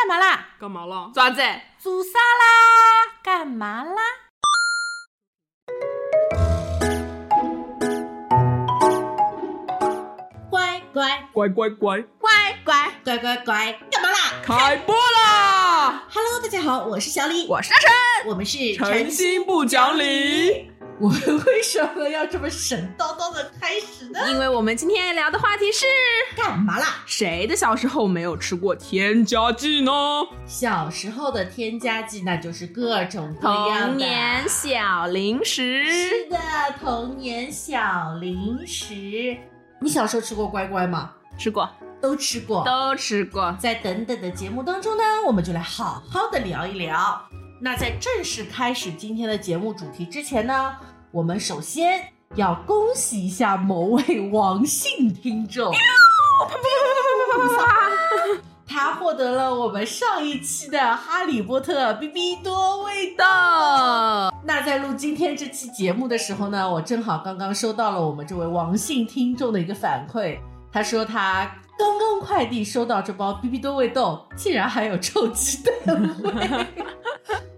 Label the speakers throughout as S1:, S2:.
S1: 干嘛啦？
S2: 爪子，
S3: 煮沙拉干嘛啦？
S4: 乖乖
S1: 乖乖乖，
S2: 乖乖，
S4: 乖乖乖，干嘛啦
S1: 开播啦！
S4: ？Hello，大家好，我是小李，
S2: 我是陈。
S4: 我们是
S1: 诚心不讲理，
S4: 我们为什么要这么神叨叨的开始呢？
S2: 因为我们今天聊的话题是
S4: 干嘛啦？
S2: 谁的小时候没有吃过甜
S1: 添加剂呢？
S4: 小时候的添加剂那就是各种不一样的
S2: 童年小零食？
S4: 是的，童年小零食。你小时候吃过乖乖吗？
S2: 吃过，
S4: 都吃过。
S2: 都吃过。
S4: 在等等的节目当中呢，我们就来好好的聊一聊。那在正式开始今天的节目主题之前呢，我们首先要恭喜一下某位王姓听众， 他获得了我们上一期的《哈利波特》B B 多味道。
S2: 的
S4: 那在录今天这期节目的时候呢，我正好刚刚收到了我们这位王姓听众的一个反馈，他说他刚刚快递收到这包 BB 多味豆，竟然还有臭鸡蛋 味。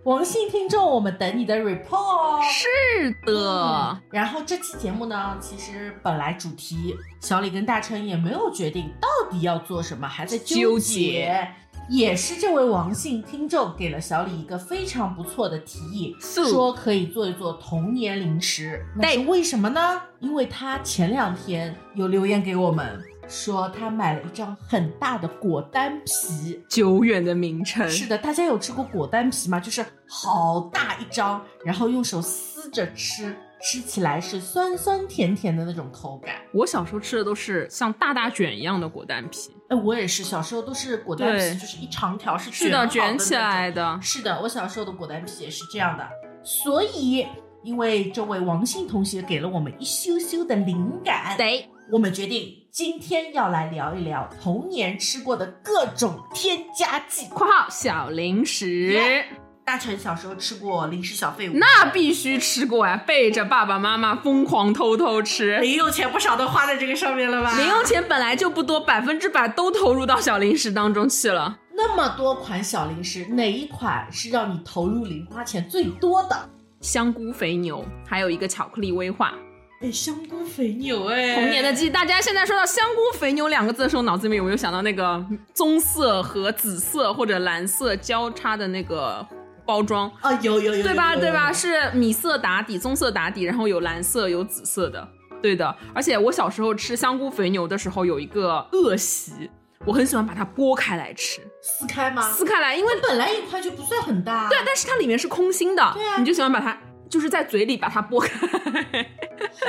S4: 王姓听众，我们等你的 report。嗯
S2: 是的，
S4: 然后这期节目呢，其实本来主题小李跟大成也没有决定到底要做什么，还在
S2: 纠
S4: 纠
S2: 结
S4: 也是这位王姓听众给了小李一个非常不错的提议，
S2: 素
S4: 说可以做一做童年零食。那是
S2: 对
S4: 为什么呢？因为他前两天有留言给我们，说他买了一张很大的果丹皮，
S2: 久远的名称
S4: 是的，大家有吃过果丹皮吗？就是好大一张，然后用手撕着吃，吃起来是酸酸甜甜的那种口感。
S2: 我小时候吃的都是像大大卷一样的果丹皮，
S4: 哎，我也是，小时候都是果丹
S2: 对
S4: 皮，就是一长条是
S2: 是
S4: 好
S2: 的，
S4: 的
S2: 卷起
S4: 那种
S2: 来的。
S4: 是的，我小时候的果丹皮也是这样的。所以，因为这位王鑫同学给了我们一羞羞的灵感，
S2: 对，
S4: 我们决定今天要来聊一聊童年吃过的各种添加剂。
S2: 括号小零食
S4: Yeah，大成小时候吃过零食小废物，
S2: 那必须吃过呀，背着爸爸妈妈疯狂偷偷吃。
S4: 零用钱不少都花在这个上面了吧？
S2: 零用钱本来就不多，百分之百都投入到小零食当中去了。
S4: 那么多款小零食，哪一款是让你投入零花钱最多的？
S2: 香菇肥牛，还有一个巧克力威化。
S4: 哎，香菇肥牛哎
S2: 童年的记忆，大家现在说到香菇肥牛两个字的时候，脑子里面有没有想到那个棕色和紫色或者蓝色交叉的那个包装？
S4: 啊，有有有，
S2: 对吧？
S4: 有
S2: 对吧？？是米色打底，棕色打底，然后有蓝色，有紫色的。对的，而且我小时候吃香菇肥牛的时候有一个恶习，我很喜欢把它剥开来吃，
S4: 撕开吗？
S2: 撕开来，因为
S4: 本来一块就不算很大，
S2: 对，但是它里面是空心的，
S4: 对啊
S2: 你就喜欢把它就是在嘴里把它剥开。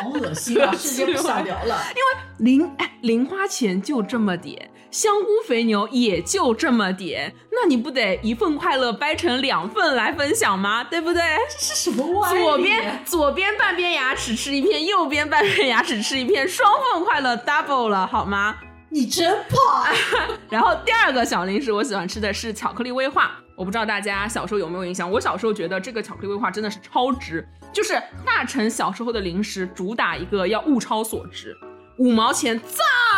S4: 好恶心 啊！
S2: 恶
S4: 世
S2: 心
S4: 界不想聊了。
S2: 零哎，零花钱就这么点，香菇肥牛也就这么点，那你不得一份快乐掰成两份来分享吗？对不对？
S4: 是什么歪理啊
S2: 左边左边半边牙齿吃一片，右边半边牙齿吃一片，双份快乐 double 了好吗？
S4: 你真胖，
S2: 然后第二个小零食，我喜欢吃的是巧克力威化。我不知道大家小时候有没有印象，我小时候觉得这个巧克力威化真的是超值，就是大成小时候的零食主打一个要物超所值，五毛钱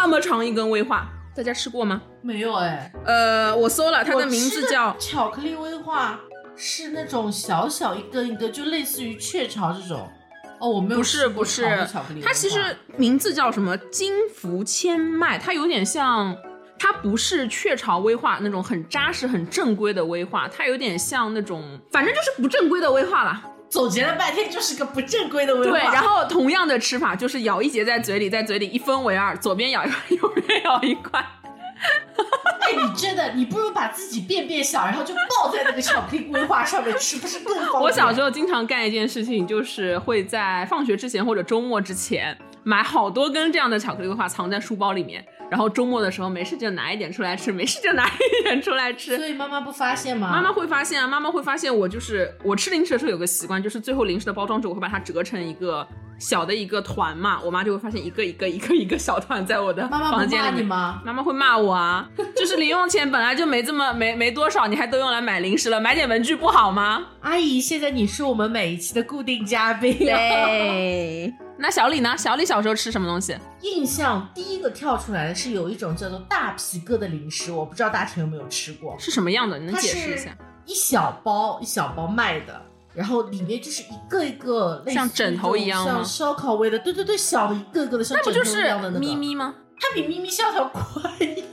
S2: 这么长一根威化，大家吃过吗？
S4: 没有哎，
S2: 呃，我搜了，它
S4: 我
S2: 的名
S4: 吃
S2: 字叫
S4: 巧克力威化，是那种小小一根一根，就类似于雀巢这种。哦，我没有
S2: 不是
S4: 吃过
S2: 不是
S4: 长的巧克力威化，
S2: 它其实名字叫什么金福千麦，它有点像，它不是雀巢威化那种很扎实、很正规的威化，它有点像那种，反正就是不正规的威化啦。
S4: 总结了半天就是个不正规的威化。
S2: 对，然后同样的吃法就是咬一截在嘴里，在嘴里一分为二，左边咬一块， 右边咬一块。
S4: 哎，你真的，你不如把自己变变小，然后就抱在那个巧克力威化上面吃，不是更方便？
S2: 我小时候经常干一件事情，就是会在放学之前或者周末之前买好多根这样的巧克力威化藏在书包里面，然后周末的时候没事就拿一点出来吃，没事就拿一点出来吃。
S4: 所以妈妈不发现吗？
S2: 妈妈会发现啊，妈妈会发现我就是我吃零食的时候有个习惯，就是最后零食的包装纸我会把它折成一个小的一个团嘛，我妈就会发现一个一个一个一个小团在我的
S4: 妈妈
S2: 房
S4: 不
S2: 间
S4: 骂
S2: 里
S4: 你
S2: 面。
S4: 吗？
S2: 妈妈会骂我啊，就是零用钱本来就没这么没没多少，你还都用来买零食了，买点文具不好吗？
S4: 啊阿姨，现在你是我们每一期的固定嘉宾。
S2: 对。 那小李呢？小李小时候吃什么东西？
S4: 印象第一个跳出来的是有一种叫做大皮哥的零食，我不知道大陈有没有吃过，
S2: 是什么样的？你能
S4: 它
S2: 解释一
S4: 是
S2: 下？
S4: 一小包一小包卖的，然后里面就是一个一个类似于
S2: 像枕头一样
S4: 这种像
S2: 吗
S4: 烧烤味的，对对对，小的一个一个的，像
S2: 那不
S4: 枕
S2: 就
S4: 头一
S2: 是
S4: 样的那个。
S2: 咪咪吗？
S4: 它比咪咪萧条快一点，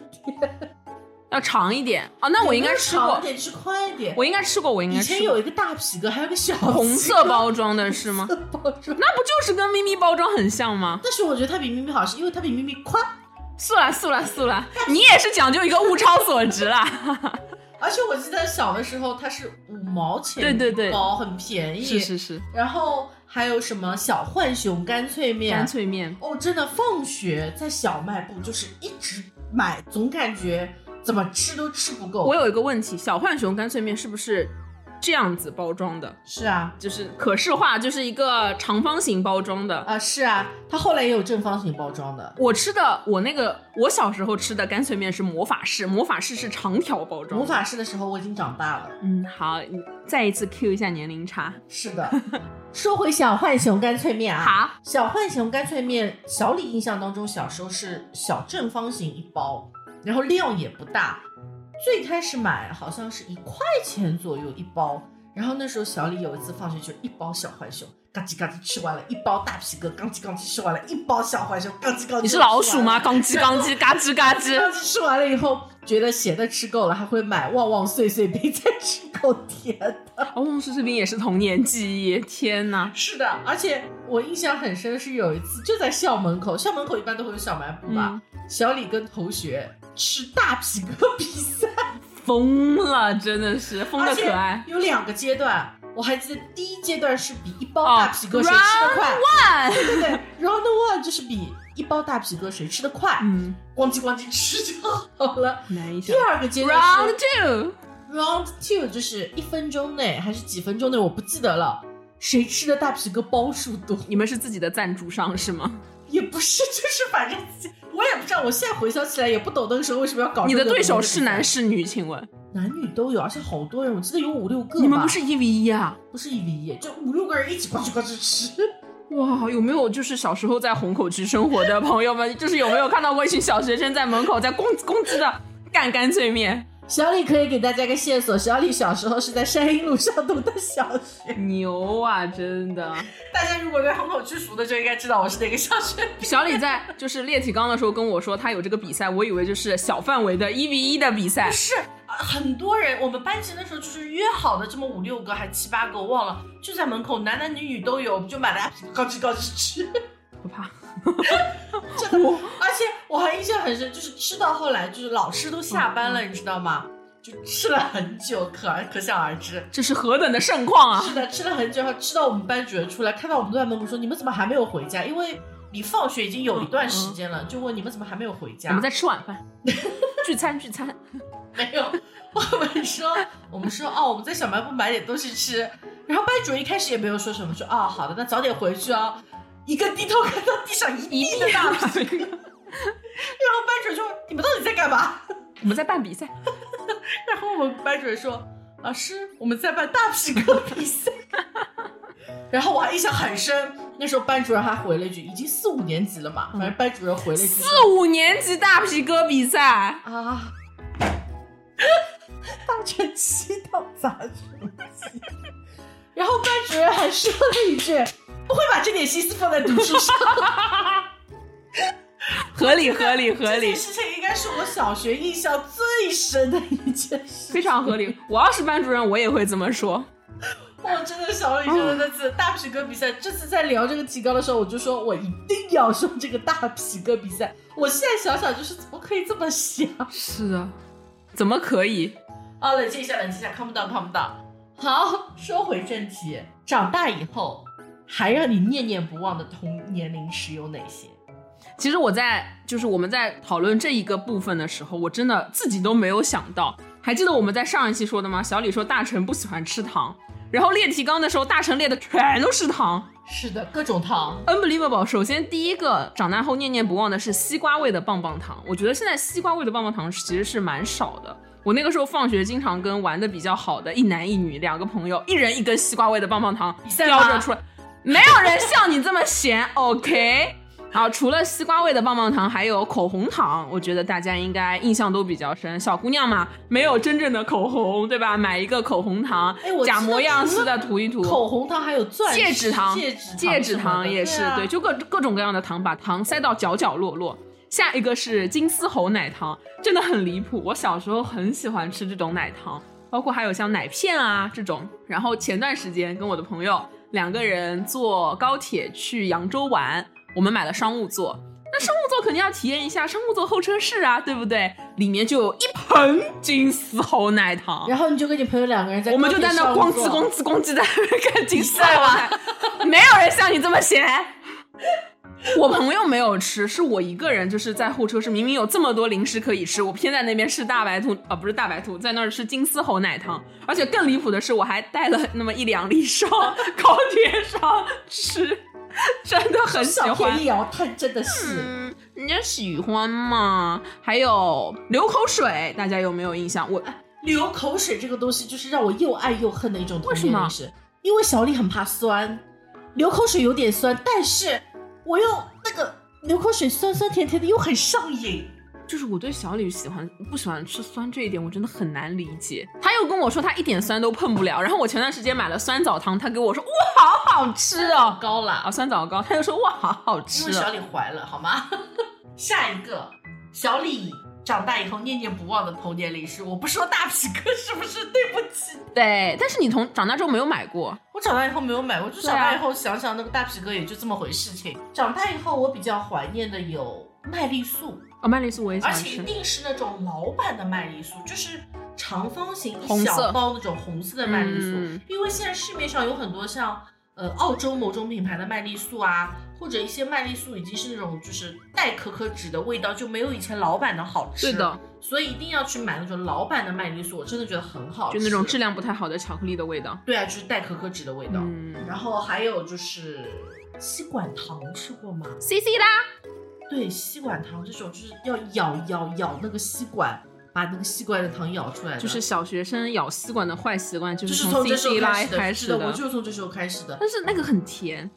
S2: 要长一点啊、哦？那我应该吃过
S4: 长一，点是快一点。
S2: 我应该吃过，我应该
S4: 以
S2: 吃
S4: 前
S2: 过。
S4: 有一个大皮哥，还有个小
S2: 红
S4: 皮
S2: 色
S4: 哥
S2: 包装的 是吗？
S4: 包装，
S2: 那不就是跟咪咪包装很像吗？
S4: 但是我觉得它比咪咪好吃，因为它比咪咪宽，
S2: 算了算了算了，你也是讲究一个物超所值啦。
S4: 而且我记得小的时候它是五毛钱
S2: 对对对
S4: 一包很便宜。
S2: 是是是，
S4: 然后还有什么小浣熊干脆面？
S2: 干脆面。
S4: 哦，真的，放学在小卖部就是一直买，总感觉怎么吃都吃不够。
S2: 我有一个问题，小浣熊干脆面是不是这样子包装的？
S4: 是啊
S2: 就是可视化，就是一个长方形包装的。
S4: 啊是啊，它后来也有正方形包装的。
S2: 我吃的，我那个我小时候吃的干脆面是魔法式，魔法式是长条包装。
S4: 魔，法师的时候我已经长大了。
S2: 嗯，好，你再一次 Q 一下年龄差。
S4: 是的， 说回小浣熊干脆面啊。
S2: 好，
S4: 小浣熊干脆面，小李印象当中小时候是小正方形一包，然后量也不大。最开始买好像是一块钱左右一包，然后那时候小李有一次放学就一包小浣熊，嘎吱嘎吱吃完了，一包大皮哥，刚叽刚叽吃完了，一包小浣熊，刚叽刚叽。
S2: 你是老 鼠吗？？刚叽刚叽，嘎吱嘎吱。
S4: 刚吃完了以后，觉得咸的吃够了，还会买旺旺碎碎冰再吃口甜的。
S2: 哦，孟叔这边也是童年记忆，天哪！
S4: 是的，而且我印象很深是有一次就在校门口，校门口一般都会有小卖部吧。
S2: 嗯
S4: 小李跟同学吃大皮哥比赛，
S2: 疯了，真的是 疯的可爱。，
S4: 有两个阶段。我还记得第一阶段是比一包
S2: 哦
S4: 大皮哥谁吃的快，对对对，Round One 就是比一包大皮哥谁吃的快，
S2: 嗯，
S4: 咣叽咣叽吃就好 了。
S2: 来一下
S4: 第。二个阶段是
S2: Round two，
S4: Round Two 就是一分钟内还是几分钟内我不记得了，谁吃的大皮哥包数多。
S2: 你们是自己的赞助商是吗？
S4: 也不是， 就是反正我也不知道，我现在回想起来也不懂那个时候为什么要搞这
S2: 你
S4: 个
S2: 的
S4: 东西。
S2: 对手是男是女？请问
S4: 男女都有，而且好多人，我记得有五六个吧。
S2: 你们不是一 v 一啊？
S4: 不是一比一，就五六个人一起呱唧呱唧吃。
S2: 哇，有没有就是小时候在虹口区生活的朋友们，就是有没有看到过一群小学生在门口在公公鸡的干干脆面？
S4: 小李可以给大家一个线索，小李小时候是在山阴路上读的小学。
S2: 牛啊，真的！
S4: 大家如果对虹口区熟的，就应该知道我是哪个小学。
S2: 小李在就是练体纲的时候跟我说他有这个比赛，我以为就是小范围的一 v 一的比赛。
S4: 是呃很多人，我们班级那时候就是约好的，这么五六个还七八个，我忘了，就在门口，男男女女都有，我们就买了呱唧呱唧吃。
S2: 不怕，
S4: 而且我还印象很深，就是吃到后来，就是老师都下班了，你知道吗？就吃了很久，可可想而知。
S2: 这是何等的盛况啊！
S4: 是的，吃了很久，然后吃到我们班主任出来，看到我们都在门口说：“你们怎么还没有回家？”因为你放学已经有一段时间了，就问嗯你们怎么还没有回
S2: 我
S4: 家
S2: 们？在吃晚饭， 聚餐聚餐。
S4: 没有， 我们说，我们说哦，我们在小卖部买点东西吃。然后班主任一开始也没有说什么，说哦，好的，那早点回去哦。一个低头看到地上一
S2: 一
S4: 地的大 屁股，然后班主任就问：“你们到底在干嘛？”
S2: 我们在办比赛，
S4: 然后我们班主任说：“老师，我们在办大皮哥比赛。” 然后我还印象很深，那时候班主任还回了一句：“已经四五年级了嘛。”反正班主任回了一句说：“
S2: 嗯四五年级大皮哥比赛，
S4: 啊， 大臣气到砸手机。” 然后班主任还说了一句：“不会把这点心思放在读书上。
S2: 合理合理” 合
S4: 这
S2: 理
S4: 件，事情应该是我小学印象最深的一件事。
S2: 非常合理。我要是班主任，我也会这么说。
S4: 我哦真的小李真的那次大皮哥比赛，这次在聊这个提纲的时候，我就说我一定要说这个大皮哥比赛。我现在想想，就是怎么可以这么想？
S2: 是的，怎么可以？
S4: 啊，冷静一下，冷静一下，calm down，calm down。好，说回正题，长大以后还让你念念不忘的童年零食有哪些？
S2: 其实我在就是我们在讨论这一个部分的时候，我真的自己都没有想到。还记得我们在上一期说的吗？小李说大成不喜欢吃糖，然后列提纲的时候，大成列的全都是糖
S4: 是的，各种糖。
S2: ，unbelievable。首先第一个长大后念念不忘的是西瓜味的棒棒糖，我觉得现在西瓜味的棒棒糖其实是蛮少的。我那个时候放学经常跟玩的比较好的一男一女两个朋友，一人一根西瓜味的棒棒糖
S4: 比赛吗
S2: 叼着出来，没有人像你这么闲，OK。好，除了西瓜味的棒棒糖，还有口红糖，我觉得大家应该印象都比较深。小姑娘嘛，没有真正的口红，对吧？买一个口红糖
S4: 哎我，知道
S2: 假模样式的涂一涂。
S4: 口红糖还有钻石
S2: 戒指糖、
S4: 戒指
S2: 戒指
S4: 什么
S2: 糖
S4: 的
S2: 也是，
S4: 对,、啊、
S2: 对，就各各种各样的糖，把糖塞到角角落落。下一个是金丝猴奶糖，真的很离谱。我小时候很喜欢吃这种奶糖，包括还有像奶片啊这种。然后前段时间跟我的朋友两个人坐高铁去扬州玩，我们买了商务座。那商务座肯定要体验一下商务座候车室啊，对不对？里面就有一盆金丝猴奶糖，
S4: 然后你就跟你朋友两个人在
S2: 我们就在那咣叽咣叽咣叽在那边看竞赛吧， 没有人像你这么闲。 我朋友没有吃，是我一个人，就是在候车室，明明有这么多零食可以吃，我偏在那边吃大白兔啊、不是大白兔，在那儿吃金丝猴奶糖，而且更离谱的是，我还带了那么一两粒上高铁上吃，真的很喜
S4: 小
S2: 欢
S4: 天。瑶，他真的是、
S2: 嗯，人家喜欢嘛。还有流口水，大家有没有印象？我
S4: 流口水这个东西，就是让我又爱又恨的一种童
S2: 为什
S4: 年
S2: 么
S4: 零食。因为小李很怕酸，流口水有点酸，但是我又那个流口水酸酸甜甜的，又很上瘾。
S2: 就是我对小李喜欢不喜欢吃酸这一点，我真的很难理解。他又跟我说他一点酸都碰不了，然后我前段时间买了酸枣糖，他给我说哇好好吃哦，
S4: 高了
S2: 啊酸枣糕，他又说哇好好
S4: 因
S2: 吃
S4: 为
S2: 哦
S4: 小，李怀了，好吗？ 下一个，小李长大以后念念不忘的童年零食，我不说大皮哥是不是对不起？
S2: 对。但是你从长大之后没有买过，
S4: 我长大以后没有买过，就
S2: 对啊
S4: 长大以后想想那个大皮哥也就这么回事情。长大以后我比较怀念的有麦丽素，
S2: 哦麦丽素我也喜
S4: 而
S2: 欢
S4: 且一
S2: 吃，
S4: 定是那种老版的麦丽素，就是长方形
S2: 红
S4: 一
S2: 色
S4: 小包那种红色的麦丽素。
S2: 嗯
S4: 因为现在市面上有很多像呃澳洲某种品牌的麦丽素啊，或者一些麦丽素已经是那种就是带可可脂的味道，就没有以前老版的好吃。
S2: 对的，，
S4: 所以一定要去买那种老版的麦丽素，我真的觉得很好
S2: 就
S4: 吃，
S2: 那种质。量不太好的巧克力的味道，
S4: 对啊，就是带可可脂的味道。
S2: 嗯
S4: 然后还有就是吸管糖吃过吗？
S2: ，C C 啦，
S4: 对，吸管糖这种就是要咬咬咬那个吸管，把那个吸管的糖咬出来的，
S2: 就是小学生咬吸管的坏习惯，就
S4: 就是是
S2: 从
S4: 从这
S2: C
S4: 时候
S2: C 啦
S4: 开始的，
S2: 开
S4: 是
S2: 始
S4: 的，我
S2: 的，
S4: 就是从这时候开始的。
S2: 但是那个很甜，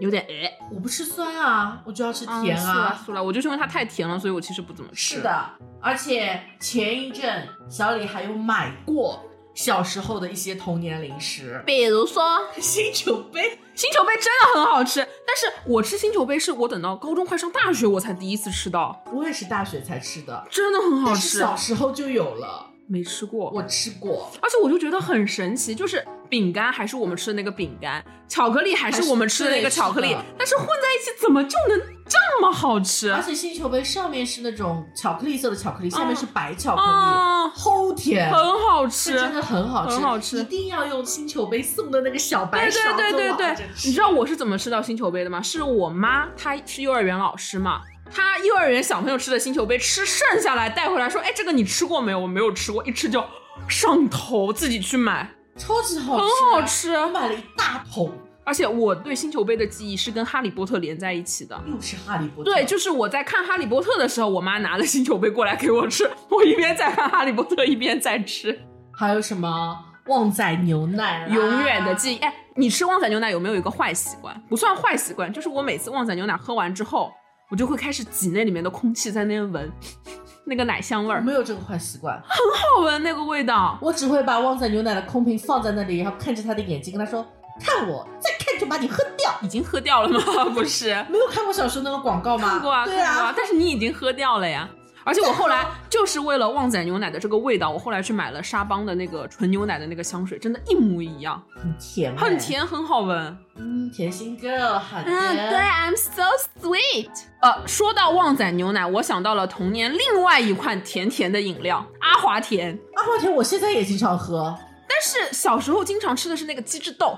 S2: 有点哎。
S4: 我不吃酸啊，我就要吃
S2: 嗯
S4: 甜
S2: 是啦
S4: 啊。
S2: 是啦，我就是因为它太甜了，所以我其实不怎么吃。
S4: 是，的，而且前一阵小李还有买过小时候的一些童年零食，
S2: 比如说
S4: 新酒杯。
S2: 星球杯真的很好吃，但是我吃星球杯是我等到高中快上大学我才第一次吃到，
S4: 我也是大学才吃的，
S2: 真的很好
S4: 但是
S2: 吃，
S4: 小时候就有了，
S2: 没吃过。
S4: 我吃过。
S2: 而且我就觉得很神奇，就是饼干还是我们吃的那个饼干，巧克力还是我们吃的那个巧克力
S4: 还是对是，
S2: 但是混在一起怎么就能这么好吃？
S4: 而且星球杯上面是那种巧克力色的巧克力，下面是白巧克力，
S2: 啊，
S4: 齁甜，
S2: 很哦好
S4: 是
S2: 吃，
S4: 真的很好吃，
S2: 很好吃
S4: 一定要用星球杯送的那个小白
S2: 对
S4: 勺
S2: 对对
S4: 子
S2: 对
S4: 往
S2: 对
S4: 着，吃
S2: 你知道我是怎么吃到星球杯的吗？是我妈，她是幼儿园老师嘛，她幼儿园小朋友吃的星球杯吃剩下来带回来，说，哎，这个你吃过没有？我没有吃过，一吃就上头，自己去买，
S4: 超级好
S2: 很
S4: 吃，啊我
S2: 好。吃。
S4: 买了一大桶，
S2: 而且我对星球杯的记忆是跟哈利波特连在一起的。
S4: 又是哈利波特，
S2: 对，就是我在看《哈利波特》的时候，我妈拿了星球杯过来给我吃，我一边在看《哈利波特》，一边在吃。
S4: 还有什么旺仔牛奶啦，
S2: 永远的
S4: 啊
S2: 记忆。哎，你吃旺仔牛奶有没有一个坏习惯？不算坏习惯，就是我每次旺仔牛奶喝完之后，我就会开始挤那里面的空气，在那边闻 那个奶香味
S4: 我
S2: 儿，
S4: 没有这个坏习惯，
S2: 好闻那个味道。
S4: 我只会把旺仔牛奶的空瓶放在那里，然后看着他的眼睛，跟他说：“看我，再看就把你喝掉。
S2: 已经喝掉了吗？ 不是”，
S4: 没有看过小时候那个广告吗？
S2: 看过啊，
S4: 对
S2: 看过
S4: 啊
S2: 啊，，但是你已经喝掉了呀。而且我后来就是为了旺仔牛奶的这个味道，我后来去买了沙邦的那个纯牛奶的那个香水，真的，一模一样，
S4: 很甜，哎
S2: 很，甜，很好闻。
S4: 嗯，甜心 girl，喊
S2: 嗯，对
S4: 的，
S2: ，I'm so sweet。呃，说到旺仔牛奶，我想到了童年另外一款甜甜的饮料——阿华田。
S4: 阿华啊田我现在也经常喝，
S2: 但是小时候经常吃的是那个鸡翅豆。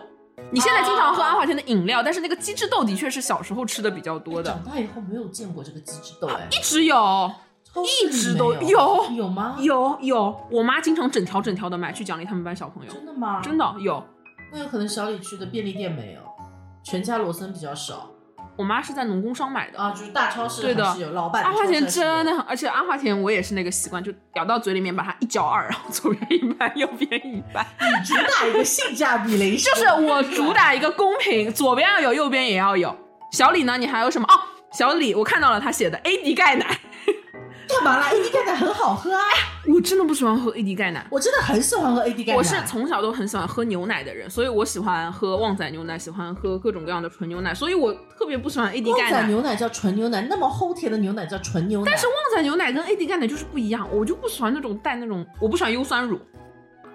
S2: 你现在经常喝阿华田的饮料，但是那个鸡翅豆的确是小时候吃的比较多的啊
S4: 长，大以后没有见过这个鸡汁豆，哎，
S2: 一直有
S4: 超市里
S2: 一直都
S4: 没
S2: 有
S4: 有吗？
S2: 有有，我妈经常整条整条的买去奖励他们班小朋友，
S4: 真的吗？
S2: 真的有。
S4: 那有可能小李去的便利店没有，全家罗森比较少。
S2: 我妈是在农工商买的。
S4: 啊，就是大超市
S2: 对的
S4: 还是有老板
S2: 阿
S4: 超
S2: 华
S4: 市
S2: 田
S4: 还是有，
S2: 真的很，而且阿华田我也是那个习惯，就咬到嘴里面把它一嚼二，然后左边一半，右边一半。
S4: 主打一个性价比零食，
S2: 就是我主打一个公平，左边要有，右边也要有。小李呢？你还有什么？哦，小李，我看到了他写的 AD 钙奶，
S4: 干嘛啦？AD 钙奶很好喝啊，
S2: 我真的不喜欢喝 AD 钙奶。
S4: 我真的很喜欢喝 AD 钙奶。
S2: 我是从小都很喜欢喝牛奶的人，所以我喜欢喝旺仔牛奶，喜欢喝各种各样的纯牛奶，所以我特别不喜欢 AD 钙
S4: 旺仔
S2: 奶。
S4: 牛奶叫纯牛奶，那么齁甜的牛奶叫纯牛奶。
S2: 但是旺仔牛奶跟 AD 钙奶就是不一样，我就不喜欢那种带那种，我不喜欢优酸乳，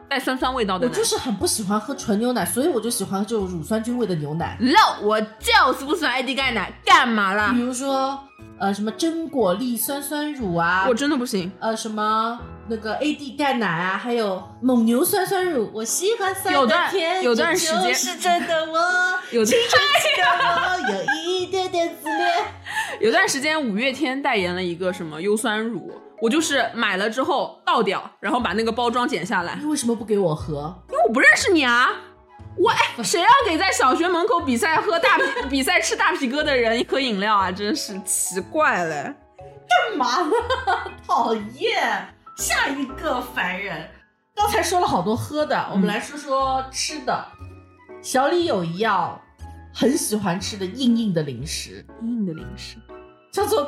S2: 带酸酸味道的
S4: 我
S2: 奶。
S4: 就是很不喜欢喝纯牛奶，所以我就喜欢这种乳酸菌味的牛奶，
S2: 肉，我就是不喜欢 AD 钙奶，干嘛啦
S4: 比？如说呃什么榛果粒酸酸乳啊，
S2: 我真的不行，
S4: 呃什么那个 AD 钙奶啊，还有蒙牛酸酸乳，我喜欢酸
S2: 有
S4: 的
S2: 段
S4: 甜，
S2: 有段
S4: 这
S2: 时间
S4: 就是真的 我，
S2: 有
S4: 青春期的我有一点点自恋。
S2: 有段时间五月天代言了一个什么优酸乳，我就是买了之后倒掉，然后把那个包装剪下来，
S4: 你为什么不给我喝？
S2: 因为我不认识你啊。我哎，谁要给在小学门口比赛喝大啤 比赛吃大皮哥的人喝饮料啊？真是奇怪嘞！
S4: 干嘛呢？讨厌，下一个烦人。刚才说了好多喝的，我们来说说吃的。小李有一样很喜欢吃的硬硬的零食，
S2: 硬的零食，
S4: 叫做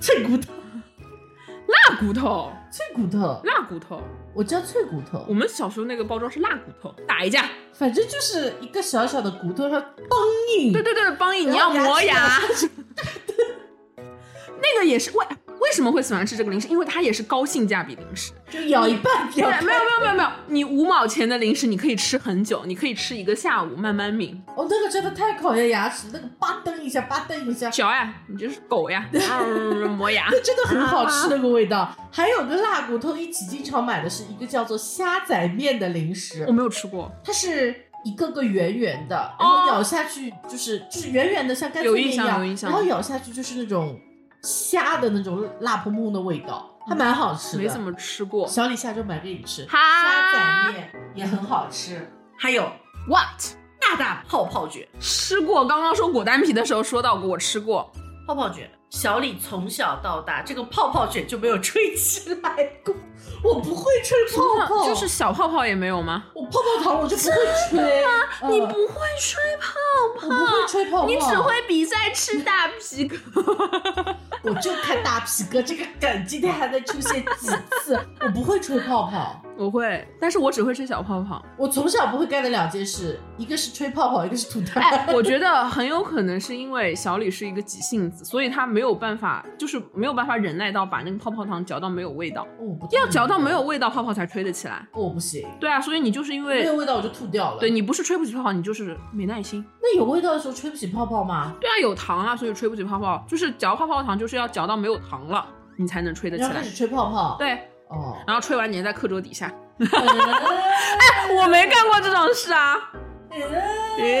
S4: 脆骨头。
S2: 辣骨头，
S4: 脆骨头，
S2: 辣骨头。
S4: 我叫脆骨头
S2: 我，们小时候那个包装是辣骨头，打一架。
S4: 反正就是一个小小的骨头，它梆硬。
S2: 对对对，邦毅，你要
S4: 然后
S2: 磨牙
S4: 牙。
S2: 那个也是为为什么会喜欢吃这个零食？因为它也是高性价比零食。
S4: 就咬一半，
S2: 对
S4: 咬一，半
S2: 没有没有没有没有，你五毛钱的零食你可以吃很久，你可以吃一个下午慢慢抿。
S4: 哦，那个真的太考验牙齿，那个吧噔一下，吧噔一下，
S2: 嚼呀，你就是狗呀， 嗯磨牙。
S4: 那真的很好吃那个味
S2: 啊
S4: 道。还有跟辣骨头一起经常买的是一个叫做虾仔面的零食
S2: 我，没有吃过，
S4: 它是一个个圆圆
S2: 哦
S4: 的，然后咬下去就是就是圆圆的，像干脆面一
S2: 有印象
S4: 样
S2: 有印，象
S4: 然后咬下去就是那种虾的那种辣蓬蓬的味道，还蛮好吃的。
S2: 没怎么吃过。
S4: 小李下周买给你吃，虾
S2: 哈
S4: 仔面也很好吃。还有
S2: What？
S4: 大大泡泡卷，
S2: 吃过，刚刚说果丹皮的时候说到过，我吃过。
S4: 泡泡卷，小李从小到大这个泡泡卷就没有吹起来过。我不会吹泡泡，
S2: 就是小泡泡也没有吗？
S4: 我泡泡糖我就不会吹吗？嗯
S2: 你不会吹泡
S4: 我不会吹泡泡，
S2: 泡，你只会比赛吃大皮 哥。
S4: 我就看大皮哥这个梗今天还能出现几 次？我不会吹泡泡，
S2: 我会，但是我只会吃小泡泡。
S4: 我从小不会干的两件事，一个是吹泡泡，一个是吐痰。
S2: 哎，我觉得很有可能是因为小李是一个急性子，所以他没有办法，就是没有办法忍耐到把那个泡泡糖嚼到没有味道，
S4: 哦我不哦
S2: 要嚼到没有，味道，泡泡才吹得起来。
S4: 我不行，
S2: 对啊，所以你就是因
S4: 没有
S2: 为，
S4: 味道我就吐掉了。
S2: 对，你不是吹不起泡泡，你就是没耐心。
S4: 那有味道的时候吹不起泡泡吗？
S2: 对啊，有糖啊，所以吹不起泡泡，就是嚼泡泡糖就是要嚼到没有糖了，你才能吹得起
S4: 然后开
S2: 来
S4: 始。吹泡泡。
S2: 对，
S4: 哦，
S2: 然后吹完粘在课桌底下。
S4: 哎，
S2: 我没干过这种事啊。哎
S4: 泡泡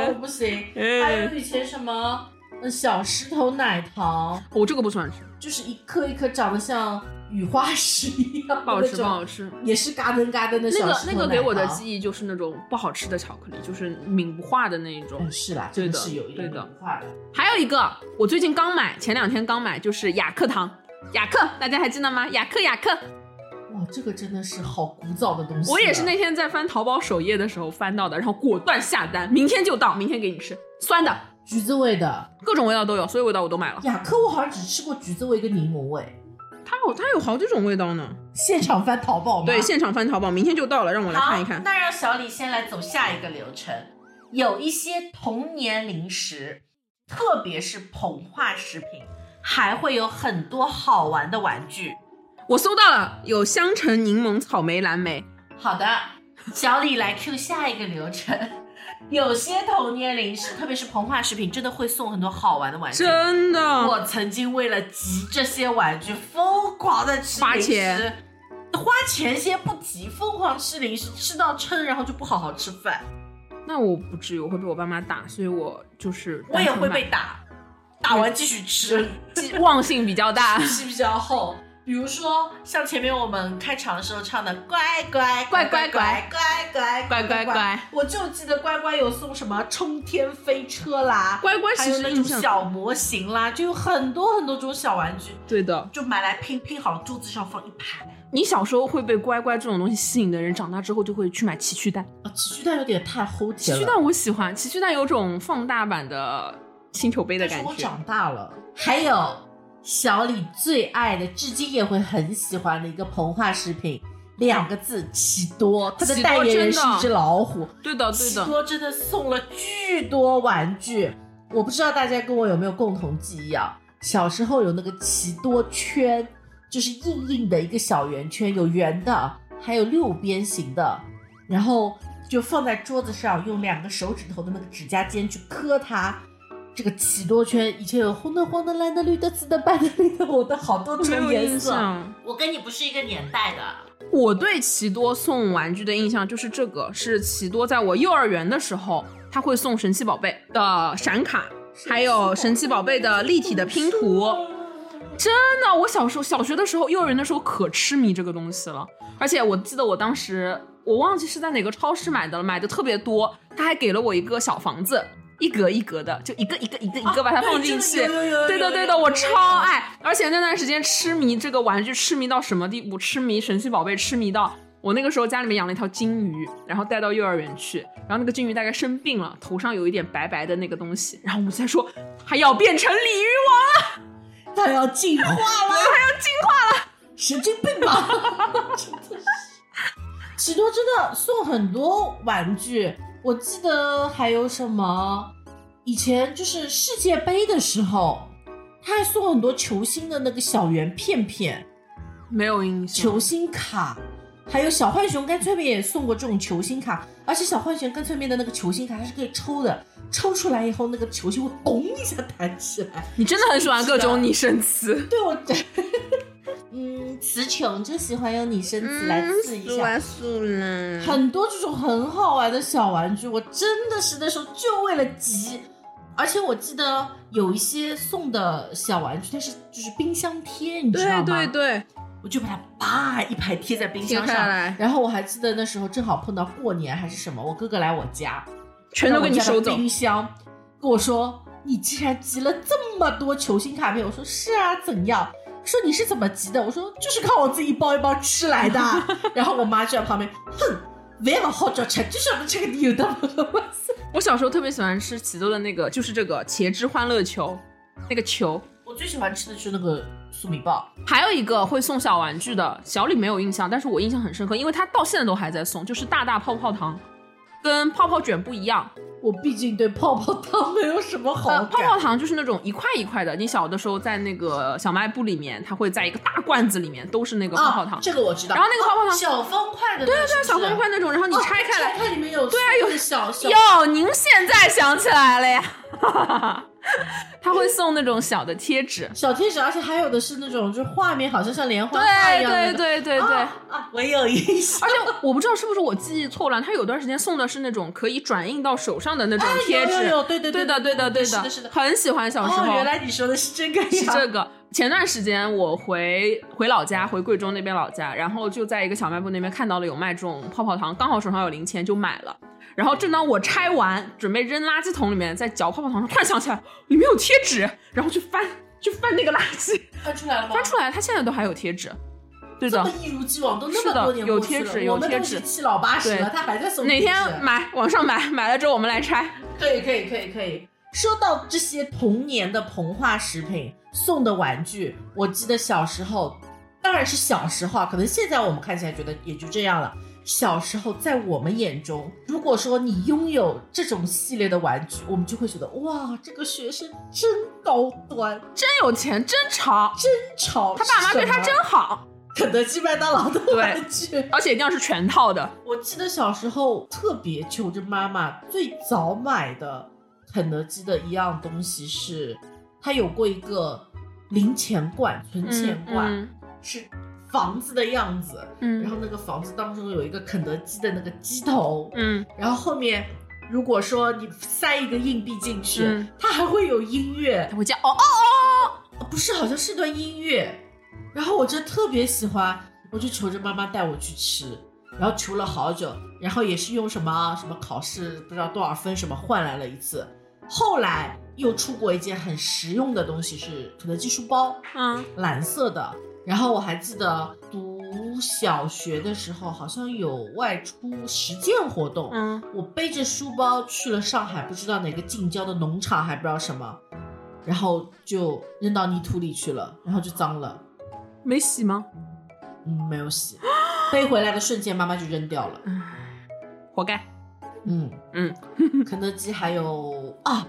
S4: 我
S2: 耶
S4: 不行。还有
S2: 耶，
S4: 以前什么，呃小石头奶糖，
S2: 我这个不喜欢吃，
S4: 就是一颗一颗长得像雨花石一样的
S2: 不好
S4: 那
S2: 吃，不
S4: 种，
S2: 好吃。
S4: 也是嘎噔嘎噔的
S2: 那
S4: 小
S2: 个
S4: 石头
S2: 那
S4: 奶糖。
S2: 个给我的记忆就是那种不好吃的巧克力，就是抿不化的那一种
S4: 嗯，。是啦，
S2: 对
S4: 真
S2: 的
S4: 是有一点
S2: 对的
S4: 文化的。
S2: 还有一个，我最近刚买，前两天刚买，就是雅克糖。雅克，大家还记得吗？雅克，雅克，
S4: 哇，这个真的是好古早的东西啊。
S2: 我也是那天在翻淘宝首页的时候翻到的，然后果断下单，明天就到，明天给你吃，酸的，
S4: 橘子味的
S2: 各种味道都有，所有味道我都买了。
S4: 雅克，我好像只吃过橘子味跟柠檬味。
S2: 它有它有好几种味道呢。
S4: 现场翻淘宝吗？
S2: 对，现场翻淘宝，明天就到了，让我来看一看。
S3: 那让小李先来走下一个流程。有一些童年零食，特别是膨化食品，还会有很多好玩的玩具。
S2: 我搜到了，有香橙、柠檬、草莓、蓝莓。
S3: 好的，小李来 Q 下一个流程。 有些童年零食，特别是膨化食品，真的会送很多好玩的玩具。
S2: 真的，
S3: 我曾经为了集这些玩具，疯狂的吃
S2: 花
S3: 零食
S2: 钱，
S3: 花钱先不急，疯狂吃零食，吃到撑，然后就不好好吃饭。
S2: 那我不至于，我会被我爸妈打，所以我就是
S3: 我也
S2: 单纯
S3: 会
S2: 买
S3: 被打，打完继续吃，
S4: 。
S2: 记忘性比较大
S4: 吃比较厚。
S3: 比如说像前面我们开场的时候唱的“乖乖
S2: 乖
S3: 乖
S2: 乖
S3: 乖乖
S2: 乖
S3: 乖
S2: 乖乖，
S3: 我就记得乖乖有送什么冲天飞车啦，
S2: 乖乖
S3: 还
S2: 其
S3: 有
S2: 实
S3: 那
S2: 印
S3: 种
S2: 象
S3: 小模型啦，就有很多很多种小玩具，
S2: 对的。
S3: 就买来拼拼好了，桌子上放一排。
S2: 你小时候会被乖乖这种东西吸引的人，长大之后就会去买奇趣蛋。
S4: 啊，奇趣蛋有点太齁甜
S2: 奇
S4: 了。
S2: 趣蛋我喜欢，奇趣蛋有种放大版的星球杯的
S4: 但是
S2: 感
S4: 我
S2: 觉。
S4: 长大了。还有小李最爱的，至今也会很喜欢的一个膨化食品，两个字奇多，它的
S2: 奇多
S4: 代言人
S2: 真
S4: 是
S2: 的
S4: 一只老虎，
S2: 对的，哦对
S3: 奇
S2: 的，
S3: 多真的送了
S4: 巨多玩具。我不知道大家跟我有没有共同记忆啊？小时候有那个奇多圈，就是硬硬的一个小圆圈，有圆的，还有六边形的，然后就放在桌子上，用两个手指头的那个指甲尖去磕它。这个奇多圈，以前有红的、黄的、蓝的、绿的、紫的、白的、绿的，我的好多
S2: 没
S4: 种
S2: 有
S4: 颜
S2: 印
S4: 色。啊
S2: 象。
S3: 我跟你不是一个年代的，
S2: 我对奇多送玩具的印象就是这个，是奇多在我幼儿园的时候，他会送神奇宝贝的闪卡，还有神奇宝贝的立体的拼图。真的，我小时候小学的时候，幼儿园的时候可痴迷这个东西了，而且我记得我当时我忘记是在哪个超市买的了，买的特别多，他还给了我一个小房子。一格一格的，就一个一个一个一个把
S4: 啊
S2: 它放进去，对的，对的，我超爱，而且那段时间痴迷这个玩具，痴迷到什么地步？痴迷神奇宝贝，痴迷到我那个时候家里面养了一条金鱼，然后带到幼儿园去，然后那个金鱼大概生病了，头上有一点白白的那个东西，然后我们在说它要变成鲤鱼王了，
S4: 它要进化了，它要进化了，神经病 吧！真的是奇多真的送很多玩具，我记得还有什么，以前就是世界杯的时候，他还送很多球星的那个小圆片片、
S2: 没有印象
S4: 球，星卡。还有小浣熊干脆面也送过这种球星卡，而且小浣熊干脆面的那个球星卡它是可以抽的，抽出来以后那个球星会咚一下弹起来，
S2: 你真的很喜欢各种拟声词，
S4: 对我， 嗯，词穷就喜欢用拟声词来刺一下，
S2: 素啦
S4: 很多这种很好玩的小玩具，我真的是那时候就为了急，而且我记得有一些送的小玩具，它是就是冰箱贴，你知道
S2: 对
S4: 吗？
S2: 对对，
S3: 我就把它叭一排贴在冰
S2: 停
S3: 箱
S2: 下
S3: 上，
S2: 来，
S4: 然后我还记得那时候正好碰到过年还是什么，我哥哥来我家，
S2: 全都给你
S4: 让我
S2: 收
S4: 家的
S2: 走，
S4: 冰箱，跟我说你竟然集了这么多球星卡片，我说是啊，怎样？说你是怎么集的？我说就是靠我自己一包一包吃来的。啊 然后我妈就在旁边，哼，不要好着吃，就是不这个有的不。
S2: 我小时候特别喜欢吃奇多的那个，就是这个茄汁欢乐球，那个球。
S4: 我最喜欢吃的就是那个酥米棒，
S2: 还有一个会送小玩具的，小李没有印象，但是我印象很深刻，因为他到现在都还在送，就是大大泡泡糖，跟泡泡卷不一样。
S4: 我毕竟对泡泡糖没有什么好
S2: 呃，
S4: 感。
S2: 泡泡糖就是那种一块一块的，你小的时候在那个小卖部里面，它会在一个大罐子里面都是那个泡泡糖，
S4: 啊，这个我知道。
S2: 然后那个泡泡糖
S3: 哦小方块的，对
S2: 对
S3: 对
S2: 小方块那种，然后你拆开来，
S4: 哦它里面有
S2: 对啊有
S4: 有小小
S2: 哟，您现在想起来了呀， 他会送那种小的贴纸，
S4: 小贴纸，而且还有的是那种就是画面好像像莲花画一
S2: 对
S4: 样的那
S2: 对
S4: 个
S2: 对对对。
S4: 啊啊，我有印象。
S2: 而且我不知道是不是我记忆错了，他有段时间送的是那种可以转印到手上的那种
S4: 哎
S2: 贴纸，
S4: 有有有，对对
S2: 对的，对的，对
S4: 是的，是的。
S2: 很喜欢小时候。
S4: 哦，原来你说的是这个呀！
S2: 是这个。前段时间我回回老家，回贵州那边老家，然后就在一个小卖部那边看到了有卖这种泡泡糖，刚好手上有零钱就买了。然后正当我拆完准备扔垃圾桶里面，在嚼泡泡糖时，突然想起来里面有贴纸，然后去翻去翻那个垃圾，
S4: 翻出来了吗？
S2: 翻出来它现在都还有贴纸。对的
S4: 这么，一如既往，都那
S2: 是
S4: 么
S2: 的
S4: 多年
S2: 有
S4: 过去
S2: 贴
S4: 了
S2: 纸有
S4: 我们
S2: 贴
S4: 都
S2: 纸
S4: 是七老八十了，
S2: 对
S4: 他还在送
S2: 哪
S4: 贴纸啊
S2: 天买网上买，买了之后我们来拆。
S4: 可以可以可以可以。说到这些童年的膨化食品送的玩具，我记得小时候，当然是小时候啊，可能现在我们看起来觉得也就这样了。小时候在我们眼中，如果说你拥有这种系列的玩具，我们就会觉得哇，这个学生真高端，
S2: 真有钱，真潮，
S4: 真潮。
S2: 他爸妈对他
S4: 什么
S2: 真好，
S4: 肯 德基、麦当劳的玩具。
S2: 而且一定要是全套的。
S4: 我记得小时候特别求着妈妈，最早买的肯德基的一样东西是，它有过一个零钱罐、存钱罐，
S2: 嗯
S4: 是房子的样子，
S2: 嗯
S4: 然后那个房子当中有一个肯德基的那个鸡头，
S2: 嗯
S4: 然后后面。如果说你塞一个硬币进去，
S2: 嗯
S4: 它还会有音乐
S2: 嗯，，我家哦哦哦，
S4: 不是，好像是段音乐，然后我就特别喜欢，我就求着妈妈带我去吃，然后求了好久，然后也是用什么什么考试不知道多少分什么换来了一次。后来又出过一件很实用的东西是肯德基书包，
S2: 嗯，
S4: 蓝色的。然后我还记得读小学的时候，好像有外出实践活动，
S2: 嗯，
S4: 我背着书包去了上海，不知道哪个近郊的农场，还不知道什么，然后就扔到泥土里去了，然后就脏了，
S2: 没洗吗？
S4: 嗯，没有洗。背回来的瞬间，妈妈就扔掉了。
S2: 活该。
S4: 嗯
S2: 嗯，
S4: 肯德基还有啊，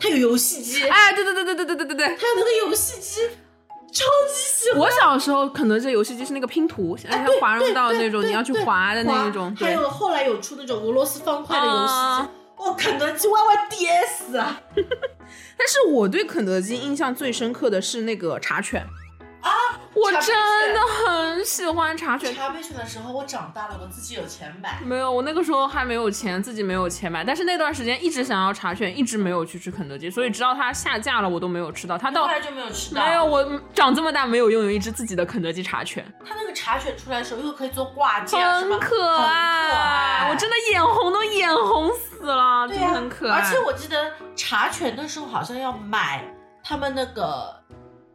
S4: 它有游戏 机，它
S2: 哎，对对对对对对对对对，
S4: 有那个游戏机，超级喜欢。
S2: 我小时候可能这游戏机是那个拼图，现在
S4: 哎
S2: 还
S4: 对
S2: 滑
S4: 对
S2: 入到
S4: 对
S2: 那种
S4: 对
S2: 你要去
S4: 对
S2: 滑的那种，
S4: 还
S2: 对，
S4: 有后来有出那种俄罗斯方块的游戏机
S2: 啊，
S4: 哦，肯德基 YYDS 啊，
S2: 但是我对肯德基印象最深刻的是那个茶犬啊，我
S4: 茶
S2: 真的很喜欢茶犬。
S4: 茶杯犬的时候，我长大了，我自己有钱买。
S2: 没有，我那个时候还没有钱，自己没有钱买，但是那段时间一直想要茶犬，一直没有去吃肯德基，所以直到它下架了，我都没有吃到。它到
S3: 后来就没有吃到。
S2: 没有，，我长这么大没有拥有一只自己的肯德基茶犬，
S3: 它那个茶犬出来的时候又可以做挂件，是吧
S2: 很可爱，我真的眼红都眼红死了，
S4: 对
S2: 真
S4: 呀、
S2: 的很可爱。
S4: 而且我记得茶犬那时候好像要买他们那个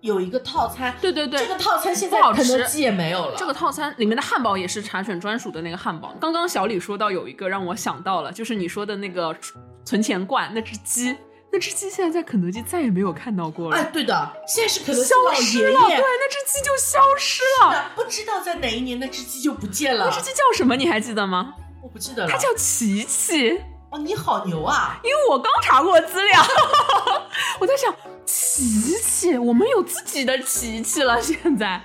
S4: 有一个套餐，
S2: 对对对，
S4: 这个套餐现在
S2: 不好
S4: 肯
S2: 吃
S4: 德基也没有了。
S2: 这个套餐里面的汉堡也是茶犬专属的那个汉堡。刚刚小李说到有一个让我想到了，就是你说的那个存钱罐那只鸡，那只鸡现在在肯德基再也没有看到过了，
S4: 哎，对的，现在是肯德基
S2: 消
S4: 老
S2: 失
S4: 爷
S2: 了，啊对，
S4: 爷，
S2: 那只鸡就消失了。
S4: 不知道在哪一年那只鸡就不见了
S2: 那只，鸡叫什么？你还记得吗？
S4: 我不记得了。
S2: 它叫琪琪。
S4: 哦，你好牛啊！
S2: 因为我刚查过资料， 我在想琪琪，我们有自己的琪琪了，现在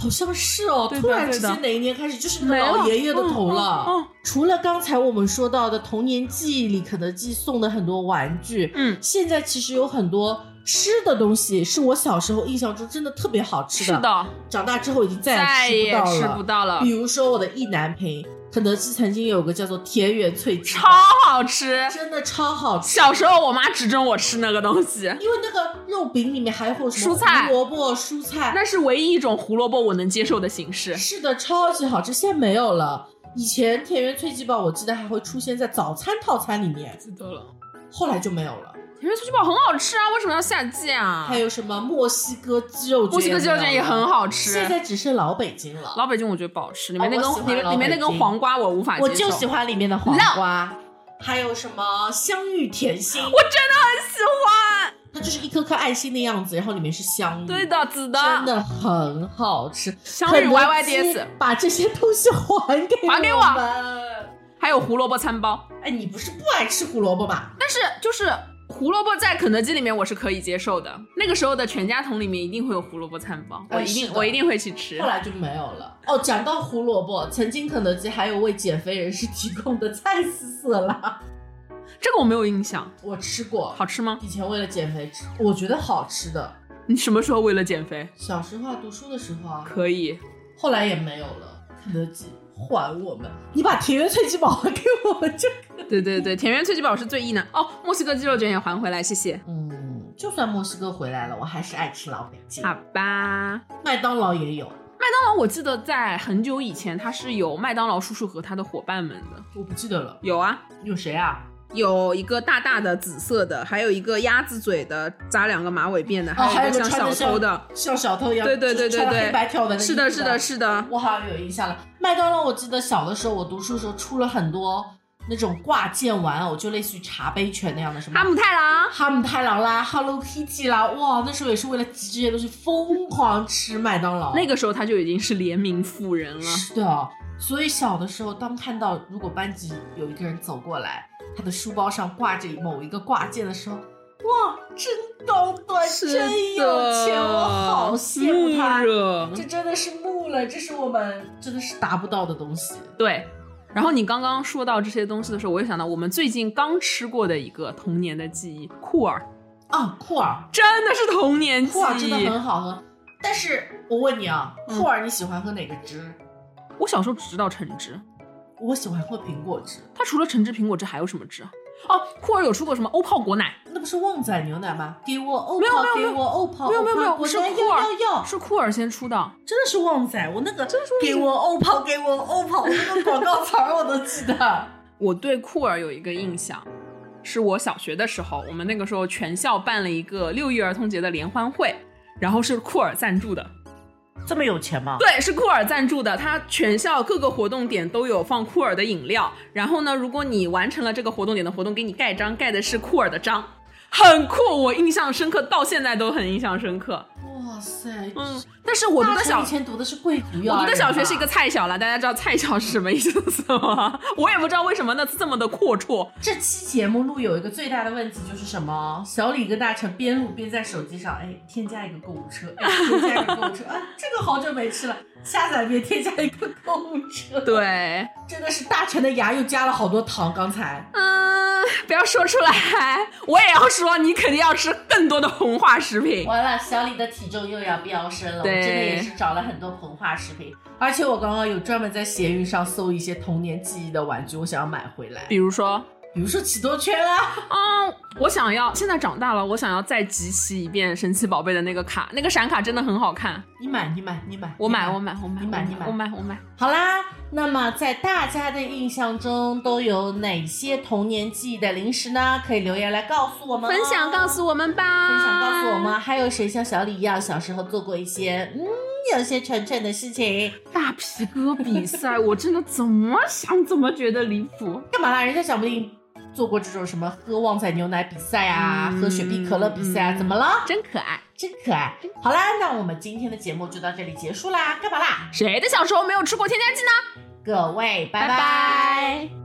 S4: 好像是哦，
S2: 对的
S4: 突然之
S2: 对
S4: 间
S2: 的
S4: 哪一年开始就是那
S2: 没
S4: 个老
S2: 了
S4: 爷爷的头了。
S2: 嗯嗯嗯
S4: 除了刚才我们说到的童年记忆里肯德基送的很多玩具，
S2: 嗯，
S4: 现在其实有很多吃的东西是我小时候印象中真的特别好吃
S2: 是
S4: 的，
S2: 的，
S4: 长大之后已经
S2: 再
S4: 再也
S2: 也
S4: 吃不到
S2: 吃
S4: 了。
S2: 不到了
S4: 比，如说我的意难平，肯德基曾经有个叫做田园脆鸡，
S2: 超好吃。
S4: 真的超好吃。
S2: 小时候我妈指正我吃那个东西，
S4: 因为那个肉饼里面还会有什么
S2: 蔬菜
S4: 胡萝卜、蔬菜，
S2: 那是唯一一种胡萝卜我能接受的形式。
S4: 是的，超级好吃，现在没有了。以前田园脆鸡堡，我记得还会出现在早餐套餐里面，
S2: 记得了，
S4: 后来就没有了。
S2: 甜面脆鸡堡很好吃啊，为什么要下季啊
S4: 还？有什么墨西哥鸡肉卷？
S2: 墨西哥鸡肉卷也很好吃。
S4: 现在只剩老北京 了。
S2: 老北京我觉得不好吃，里面
S4: 哦
S2: 那根、
S4: 我喜欢
S2: 里面
S4: 老
S2: 里面那
S4: 北
S2: 根
S4: 京
S2: 黄瓜我无法接受。
S4: 我就喜欢里面的黄瓜，还有什么香芋甜心，
S2: 我真的很喜欢。
S4: 它就是一颗颗爱心的样子，然后里面是香芋，
S2: 对，的，紫的，
S4: 真的很好吃。
S2: 香芋
S4: 肯德
S2: YYDS
S4: 基把这些东西还给
S2: 还给
S4: 我
S2: 我
S4: 们
S2: 还有胡萝卜餐包。
S4: 哎，你不是不爱吃胡萝卜吧？
S2: 但是就是胡萝卜在肯德基里面我是可以接受的，那个时候的全家桶里面一定会有胡萝卜餐包，
S4: 哎
S2: 我一定
S4: 是的
S2: 我一定会去吃
S4: 后。来就没有了。哦，讲到胡萝卜，曾经肯德基还有为减肥人士提供的菜丝色拉，
S2: 这个我没有印象，
S4: 我吃过，
S2: 好吃吗？
S4: 以前为了减肥吃，我觉得好吃的。
S2: 你什么时候为了减肥？
S4: 小时候啊，读书的时候啊，
S2: 可以，
S4: 后来也没有了。肯德基还我们，你把田园脆鸡堡 还给我们就，
S2: 对对对，田园脆鸡堡是最易难哦。墨西哥鸡肉卷也还回来，谢谢。
S4: 嗯，就算墨西哥回来了，我还是爱吃老北京。
S2: 好吧，麦
S4: 麦当劳也有，
S2: 当劳我记得在很久以前，它是有麦当劳叔叔和他的伙伴们的，
S4: 我不记得了，
S2: 有啊，
S4: 有谁啊？
S2: 有一个大大的紫色的，还有一个鸭子嘴的，扎两个马尾辫的，
S4: 哦啊还
S2: 有一
S4: 个
S2: 像
S4: 穿
S2: 小
S4: 着
S2: 偷的。
S4: 像小偷一样，
S2: 对对对
S4: 就
S2: 对
S4: 是穿
S2: 对
S4: 黑白条纹的衣
S2: 是
S4: 服
S2: 的，是的，是的。
S4: 我好像有印象了。麦当劳，我记得小的时候，我读书的时候出了很多那种挂件玩偶，就类似于茶杯犬那样的什么
S2: 哈姆太郎，
S4: 哈姆太郎啦、Hello Kitty 啦，哇，那时候也是为了集这些东西疯狂吃麦当劳。
S2: 那个时候他就已经是联名富人了。
S4: 是的，所以小的时候，当看到如果班级有一个人走过来，他的书包上挂着某一个挂件的时候，哇，真高端，真有钱，我好羡慕他。
S2: 嗯热
S4: 这真的是木了，这是我们真的是达不到的东西。
S2: 对。然后你刚刚说到这些东西的时候，我又想到我们最近刚吃过的一个童年的记忆——酷儿，
S4: 啊，酷儿，
S2: 真的是童年记
S4: 酷儿真的
S2: 忆。
S4: 很好喝。但是我问你啊，
S2: 嗯
S4: 酷儿你喜欢喝哪个汁？
S2: 我小时候只知道橙汁，
S4: 我喜欢喝苹果汁，
S2: 它除了橙汁、苹果汁还有什么汁啊？哦，酷儿有出过什么欧泡果奶？
S4: 那不不是旺仔牛奶吗？给我欧
S2: 没有
S4: 泡
S2: 没有，没
S4: 给
S2: 有
S4: 我欧泡，
S2: 没有没有
S4: 欧
S2: 没
S4: 泡
S2: 有
S4: 我
S2: 是
S4: 来
S2: 库
S4: 要
S2: 尔
S4: 要要，
S2: 是库尔先出的，
S4: 真的是旺仔，我那个
S2: 真的是旺仔
S4: 给我欧泡，给我欧泡，我那个广告词儿我都记得。
S2: 我对酷儿有一个印象，是我小学的时候，我们那个时候全校办了一个六一儿童节的联欢会，然后是酷儿赞助的，
S3: 这么有钱吗？
S2: 对，是酷儿赞助的，它全校各个活动点都有放酷儿的饮料。然后呢，如果你完成了这个活动点的活动，给你盖章，盖的是酷儿的章，很酷，我印象深刻，到现在都很印象深刻。
S4: 哇塞，
S2: 嗯，但是我读
S4: 大
S2: 的
S4: 成
S2: 小
S4: 以。前读的是贵族幼儿园
S2: 我
S4: 吧，
S2: 读的小学
S4: 啊
S2: 是一个菜小啦，大家知道菜小是什么意思吗？ 我也不知道为什么那次这么的阔绰，
S4: 这期节目录有一个最大的问题就是什么？小李跟大成边录边在手机上，哎，添加一个购物车，哎，添加一个购物车，啊， 这个好久没吃了，下载别添加一个购物车。，
S2: 对，
S4: 真的是大成的牙又加了好多糖，刚才。
S2: 嗯，不要说出来，我也要说，你肯定要吃更多的膨化食品。
S4: 完了，小李的体重又要飙升了。我
S2: 对
S4: 真的也是找了很多膨化食品，而且我刚刚有专门在闲鱼上搜一些童年记忆的玩具，我想要买回来，
S2: 比如说，
S4: 比如说奇多圈啦，
S2: 嗯，我想要现在长大了，我想要再集齐一遍神奇宝贝的那个卡，那个闪卡真的很好看，
S4: 你买，你买，你买，
S2: 我买，
S4: 你
S2: 我买，我买，
S4: 你买
S2: 我
S4: 你买
S2: 我买，我买。
S4: 好啦，那么在大家的印象中都有哪些童年记忆的零食呢？可以留言来告诉我们、
S2: 分享告。诉我们吧，
S4: 分享告诉我们，还有谁像小李一样小时候做过一些嗯有些蠢蠢的事情？
S2: 大皮哥比赛，我真的怎么想怎么觉得离谱。
S4: 干嘛啦？人家想不定做过这种什么喝旺仔牛奶比赛啊，
S2: 嗯
S4: 喝雪碧可乐比赛啊，
S2: 嗯
S4: 怎么了？
S2: 真可爱！
S4: 真可爱。好啦，那我们今天的节目就到这里结束啦。干嘛啦？
S2: 谁的小时候没有吃过添加剂呢？
S4: 各位，拜
S2: 拜拜